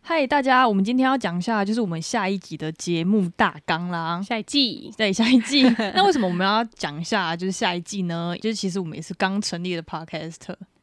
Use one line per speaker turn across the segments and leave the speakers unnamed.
嗨，大家，我们今天要讲一下，就是我们下一集的节目大纲啦。
下一季
对，下一 季。那为什么我们要讲一下，就是下一季呢？就是其实我们也是刚成立的 podcast，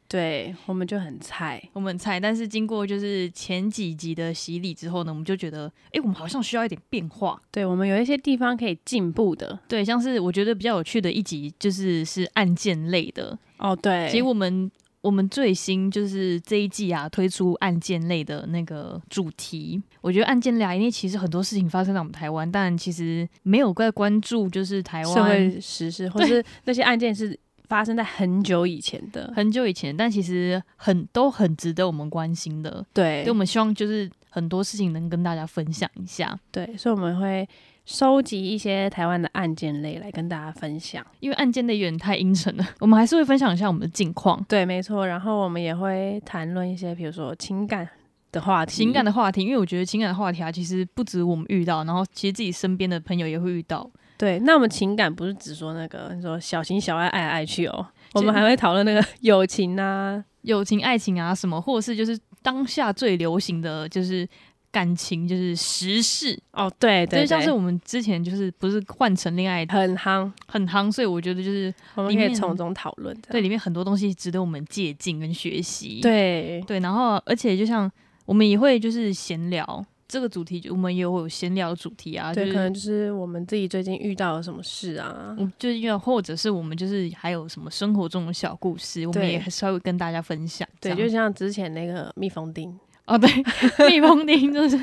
对我们就很菜，
我们很菜，但是经过就是前几集的洗礼之后呢，我们就觉得，哎、我们好像需要一点变化。
对我们有一些地方可以进步的
对，像是我觉得比较有趣的一集，就是是案件类的。
哦。对
其实我们我们最新就是这一季啊，推出案件类的那个主题。我觉得案件类、啊，因为其实很多事情发生在我们台湾，但其实没有在关注，就是台
社
湾
会实施或是那些案件是发生在很久以前的，
很久以前，但其实很都很值得我们关心的。
对
所以我们希望就是很多事情能跟大家分享一下，
对，所以我们会收集一些台湾的案件类来跟大家分享。
因为案件类有点太阴沉了，我们还是会分享一下我们的近况。
对，没错。然后我们也会谈论一些，比如说情感的话题，
情感的话题，因为我觉得情感的话题啊，其实不止我们遇到，然后其实自己身边的朋友也会遇到。
对，那我们情感不是只说那个，你说小情小爱爱来爱去哦，
其
我
实
们还会讨论那个 友情啊，
友情、爱情啊什么，或者是就是当下最流行的就是感情，就是时事，
哦，对对
就
对，
像是我们之前就是不是换成恋爱
很夯，
很夯，所以我觉得就是
我
里
们可以
面
从中讨论。这
对
样
里面很多东西值得我们借鉴跟学习。
对
对，然后而且就像我们也会就是闲聊这个主题，我们也有闲聊的主题啊，就
对，
是
可能就是我们自己最近遇到了什么事啊
我。们就是因为，或者是我们就是还有什么生活中的小故事，我们
对
也稍微跟大家分享。
对，
这样
就像之前那个蜜蜂叮，
哦，对， 蜜蜂叮就是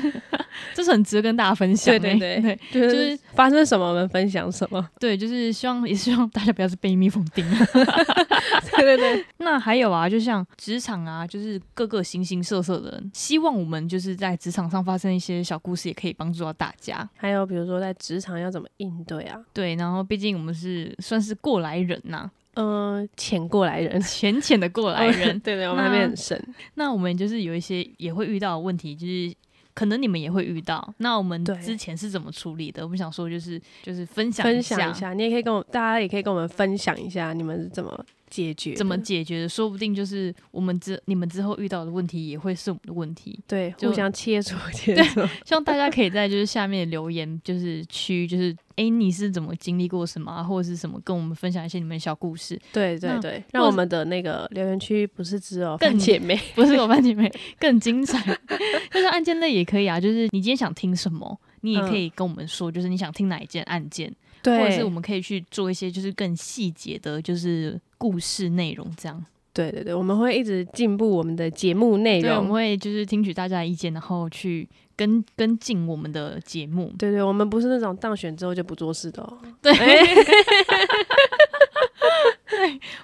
就是很值得跟大家分享欸、
对对对
对
就是是发生什么我们分享 什么。
对就是希望也希望大家不要是被蜜蜂叮。啊
对对对，
那还有啊，就像职场啊，就是各个形形色色的人，希望我们就是在职场上发生一些小故事，也可以帮助到大家。
还有比如说在职场要怎么应对啊？
对，然后毕竟我们是算是过来人呐、
嗯、浅过来人，
浅浅的过来人，
对对，我们还没
那
很深。
那我们就是有一些也会遇到的问题，就是可能你们也会遇到。那我们
对
之前是怎么处理的？我们想说就是就是分享
分享一下，你也可以跟我，大家也可以跟我们分享一下你们是怎么解决的，
怎么解决的，说不定就是我们之你们之后遇到的问题也会是我们的问题。
对
就
互相 切磋切
对
磋。
希望大家可以在就是下面留言就是区就是诶，你是怎么经历过什么、啊，或者是什么，跟我们分享一些你们的小故事，
对对
那
对，
或
让我
者
们的那个留言区不是只有
更
番姐妹，
不是我班姐妹更精彩。 就是案件类也可以啊，就是你今天想听什么，你也可以跟我们说，就是你想听哪一件案件。
对，
或者是我们可以去做一些就是更细节的，就是故事内容这样。
对对对，我们会一直进步我们的节目内
对，我们
容。
会就是听取大家的意见，然后去跟跟进我们的节目。
对对，我们不是那种当选之后就不做事 的、哦。
对，
哎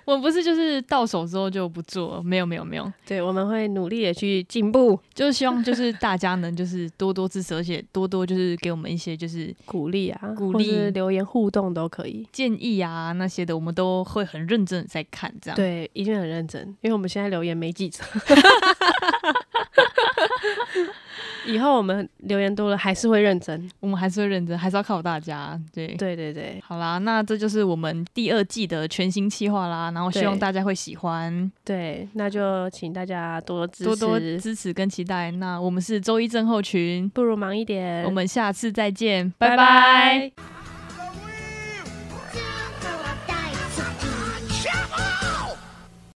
我不是就是到手之后就不做了，没有没有没有，
对，我们会努力的去进步，
就是希望就是大家能就是多多支持，而且多多就是给我们一些就是
鼓励啊，
鼓
或
励
是留言互动都可以。
建议啊那些的，我们都会很认真的在看这样。
对，一定很认真，因为我们现在留言没几 则。以后我们留言多了还是会认真。
我们还是会认真，还是要靠大家。对。
对对对
好啦，那这就是我们第二季的全新计划啦，然后希望
对
大家会喜欢。
对，那就请大家多多支持，
多多支持跟期待。那我们是周一症候群，
不如忙一点。
我们下次再见，拜
拜
拜
拜。